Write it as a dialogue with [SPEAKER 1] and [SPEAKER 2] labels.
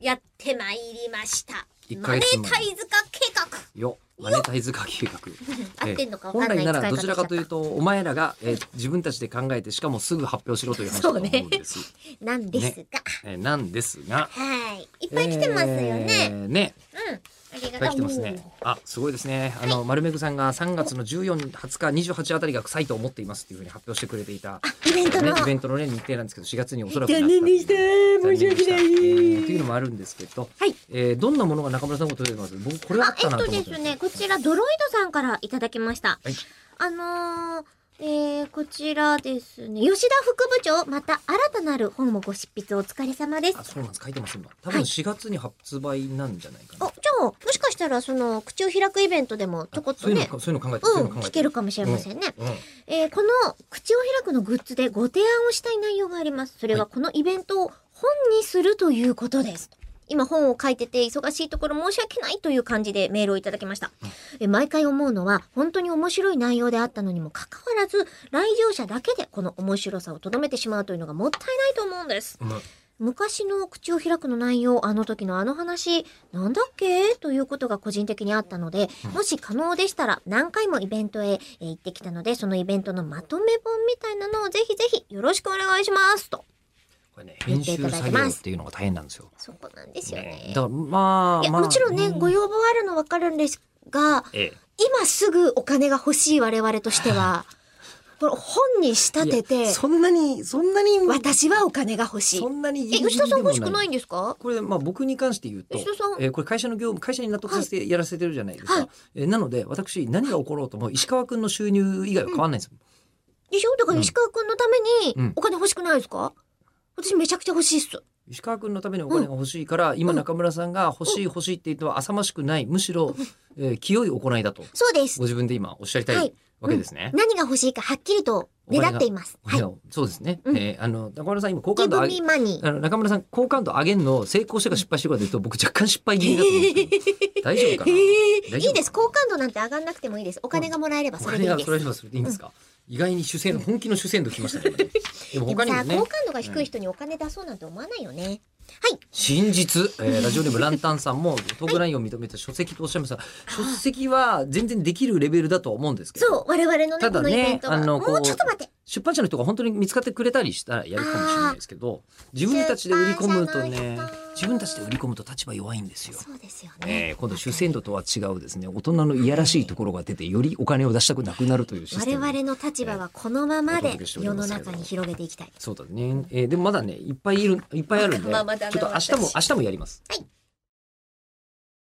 [SPEAKER 1] やってまいりました。
[SPEAKER 2] 一
[SPEAKER 1] マ
[SPEAKER 2] ヶ
[SPEAKER 1] ネ
[SPEAKER 2] 月
[SPEAKER 1] タイ
[SPEAKER 2] 前
[SPEAKER 1] ズ化計画。
[SPEAKER 2] よマネタイズ化計画
[SPEAKER 1] 合ってんのか分
[SPEAKER 2] 本
[SPEAKER 1] かんない
[SPEAKER 2] 来な
[SPEAKER 1] 使
[SPEAKER 2] ら
[SPEAKER 1] い方
[SPEAKER 2] どちらかというとお前らが、えー自分たちで考えてしかもすぐ発表しろという話だと思うんです、
[SPEAKER 1] なんですが、
[SPEAKER 2] えーなんですが
[SPEAKER 1] はい。いっ
[SPEAKER 2] い
[SPEAKER 1] ぱい来てますよ
[SPEAKER 2] え
[SPEAKER 1] ね。
[SPEAKER 2] ーね
[SPEAKER 1] うん。あり
[SPEAKER 2] い
[SPEAKER 1] が
[SPEAKER 2] っ
[SPEAKER 1] と。
[SPEAKER 2] ぱいう来てますねあすごいですねあの、丸めぐさんが3月の14、20日28あたりが臭いと思っていますっていうふうに発表してくれていた
[SPEAKER 1] イベント
[SPEAKER 2] ね
[SPEAKER 1] の。
[SPEAKER 2] イベントのね日程なんですけど4月におそらくなった
[SPEAKER 1] 残念でした。
[SPEAKER 2] 残
[SPEAKER 1] 申し訳
[SPEAKER 2] 念でした
[SPEAKER 1] な
[SPEAKER 2] えー
[SPEAKER 1] い。
[SPEAKER 2] っていうのもあるんですけど、
[SPEAKER 1] はい
[SPEAKER 2] えーどんなものが中村さんのこと出てます僕これあ
[SPEAKER 1] あ
[SPEAKER 2] っ、
[SPEAKER 1] え
[SPEAKER 2] た
[SPEAKER 1] っ
[SPEAKER 2] なと
[SPEAKER 1] と
[SPEAKER 2] 思っ
[SPEAKER 1] で
[SPEAKER 2] て
[SPEAKER 1] すね、こちらドロイドさんからいただきました。
[SPEAKER 2] はい
[SPEAKER 1] あのー、えー、こちらですね、吉田副部長、また新たなる本もご執筆お疲れ様です
[SPEAKER 2] あ。そうなんです書いてます今多
[SPEAKER 1] は
[SPEAKER 2] 分
[SPEAKER 1] い
[SPEAKER 2] 4月に発売なんじゃないかな、
[SPEAKER 1] お、じゃあ、もしかしたらその、口を開くイベントでもちょこっと
[SPEAKER 2] そういう
[SPEAKER 1] ね、
[SPEAKER 2] のそういうの考えて、そううんいうの、考えて
[SPEAKER 1] 聞けるかもしれませんね。
[SPEAKER 2] うん
[SPEAKER 1] えーこの口を開くのグッズでご提案をしたい内容があります。それはこのイベントを本にするということです。今本を書いてて忙しいところ申し訳ないという感じでメールをいただきました。えー毎回思うのは本当に面白い内容であったのにもかかわらず来場者だけでこの面白さをとどめてしまうというのがもったいないと思うんです。
[SPEAKER 2] うん
[SPEAKER 1] 昔の口を開くの内容、あの時のあの話、なんだっけということが個人的にあったので、もし可能でしたら何回もイベントへえー行ってきたので、そのイベントのまとめ本みたいなのをぜひぜひよろしくお願いしますと。
[SPEAKER 2] これね
[SPEAKER 1] 言っ
[SPEAKER 2] 編
[SPEAKER 1] ていた
[SPEAKER 2] 集
[SPEAKER 1] だいて
[SPEAKER 2] 作
[SPEAKER 1] ます
[SPEAKER 2] 業っていうのが大変なんですよ
[SPEAKER 1] そこなんですよ
[SPEAKER 2] ね
[SPEAKER 1] ね。
[SPEAKER 2] だからま
[SPEAKER 1] い
[SPEAKER 2] あ
[SPEAKER 1] や、
[SPEAKER 2] まあ
[SPEAKER 1] もちろんね、
[SPEAKER 2] う
[SPEAKER 1] ご要望あるのわかるんですが、
[SPEAKER 2] え
[SPEAKER 1] 今すぐお金が欲しい我々として は、これ本に仕
[SPEAKER 2] え
[SPEAKER 1] 立て
[SPEAKER 2] いや
[SPEAKER 1] て、
[SPEAKER 2] そんなにそんなに
[SPEAKER 1] 私はお金が欲しい
[SPEAKER 2] そ。んなに
[SPEAKER 1] え、吉田さん欲しくないん
[SPEAKER 2] で
[SPEAKER 1] ですか
[SPEAKER 2] これまあ僕に関して言うと
[SPEAKER 1] 吉田さん
[SPEAKER 2] えーこれ会社の業務会社に納得させてやらせてるじゃないですか、
[SPEAKER 1] はい
[SPEAKER 2] えーなので私何が起ころうとも石川君の収入以外は変わんないんですよ、
[SPEAKER 1] でしょだから
[SPEAKER 2] うん
[SPEAKER 1] 石川くんのため
[SPEAKER 2] う
[SPEAKER 1] に
[SPEAKER 2] ん
[SPEAKER 1] お金欲しくないですか、私めちゃくちゃ欲しいっす。
[SPEAKER 2] 石川君のためにお金が欲しいから、今中村さんが欲しい欲しいって言っては浅ましくないむしろ、えー清い行いだと
[SPEAKER 1] そうです
[SPEAKER 2] ご。自分で今おっしゃりた
[SPEAKER 1] はいい
[SPEAKER 2] わけですね。
[SPEAKER 1] 何が欲しいかはっきりとねだっています。はいい。
[SPEAKER 2] やそうですね、
[SPEAKER 1] うん
[SPEAKER 2] えーあの中村さん今好
[SPEAKER 1] ギ
[SPEAKER 2] 感度
[SPEAKER 1] ブ
[SPEAKER 2] 上
[SPEAKER 1] ミ
[SPEAKER 2] げ
[SPEAKER 1] ーマニー。
[SPEAKER 2] あの中村さん好感度上げんの成功してか失敗してかで言うと僕若干失敗気味だと思うんですけど大丈 夫かな
[SPEAKER 1] えー
[SPEAKER 2] 大丈夫
[SPEAKER 1] いいです。好感度なんて上がんなくてもいいです。お金がもらえれば
[SPEAKER 2] お
[SPEAKER 1] それでい
[SPEAKER 2] 金
[SPEAKER 1] いで
[SPEAKER 2] が
[SPEAKER 1] す。
[SPEAKER 2] それはそれでいいんですか、意外に主戦本気の主戦度きましたね今ねで
[SPEAKER 1] でもさ、
[SPEAKER 2] も他にもね
[SPEAKER 1] 好感度が低い人にお金出そうなんて思わないよね。
[SPEAKER 2] 真実、えーラジオネームランタンさんもトーク内容を認めて書籍とおっしゃいましたが書籍は全然できるレベルだとは思うんですけど
[SPEAKER 1] そう、我々のね、
[SPEAKER 2] た
[SPEAKER 1] こ
[SPEAKER 2] だ
[SPEAKER 1] のイ
[SPEAKER 2] ね
[SPEAKER 1] ベントは。
[SPEAKER 2] あ
[SPEAKER 1] も
[SPEAKER 2] のこう
[SPEAKER 1] うちょっと待って。
[SPEAKER 2] 出版社の人が本当に見つかってくれたりしたらやるかもしれないですけど自分たちで売り込むと
[SPEAKER 1] 出版
[SPEAKER 2] ね
[SPEAKER 1] 社の人
[SPEAKER 2] 自分たちで売り込むと立場弱いんですよ。
[SPEAKER 1] そうですよ
[SPEAKER 2] え
[SPEAKER 1] ね
[SPEAKER 2] ー。今度主戦度とは違うですね大人のいやらしいところが出てよりお金を出したくなくなるというシス
[SPEAKER 1] 我
[SPEAKER 2] テム。
[SPEAKER 1] 々の立場はこのまま
[SPEAKER 2] お
[SPEAKER 1] で
[SPEAKER 2] 届けしており
[SPEAKER 1] 世
[SPEAKER 2] ま
[SPEAKER 1] の
[SPEAKER 2] すけど
[SPEAKER 1] 中に広げていきたい。
[SPEAKER 2] そうだね、えーでもまだねいっぱいいるいっぱいあるんでち
[SPEAKER 1] まあ
[SPEAKER 2] ょ
[SPEAKER 1] まだ
[SPEAKER 2] っ
[SPEAKER 1] な
[SPEAKER 2] と明日も
[SPEAKER 1] 私
[SPEAKER 2] 明日もやります、
[SPEAKER 1] はい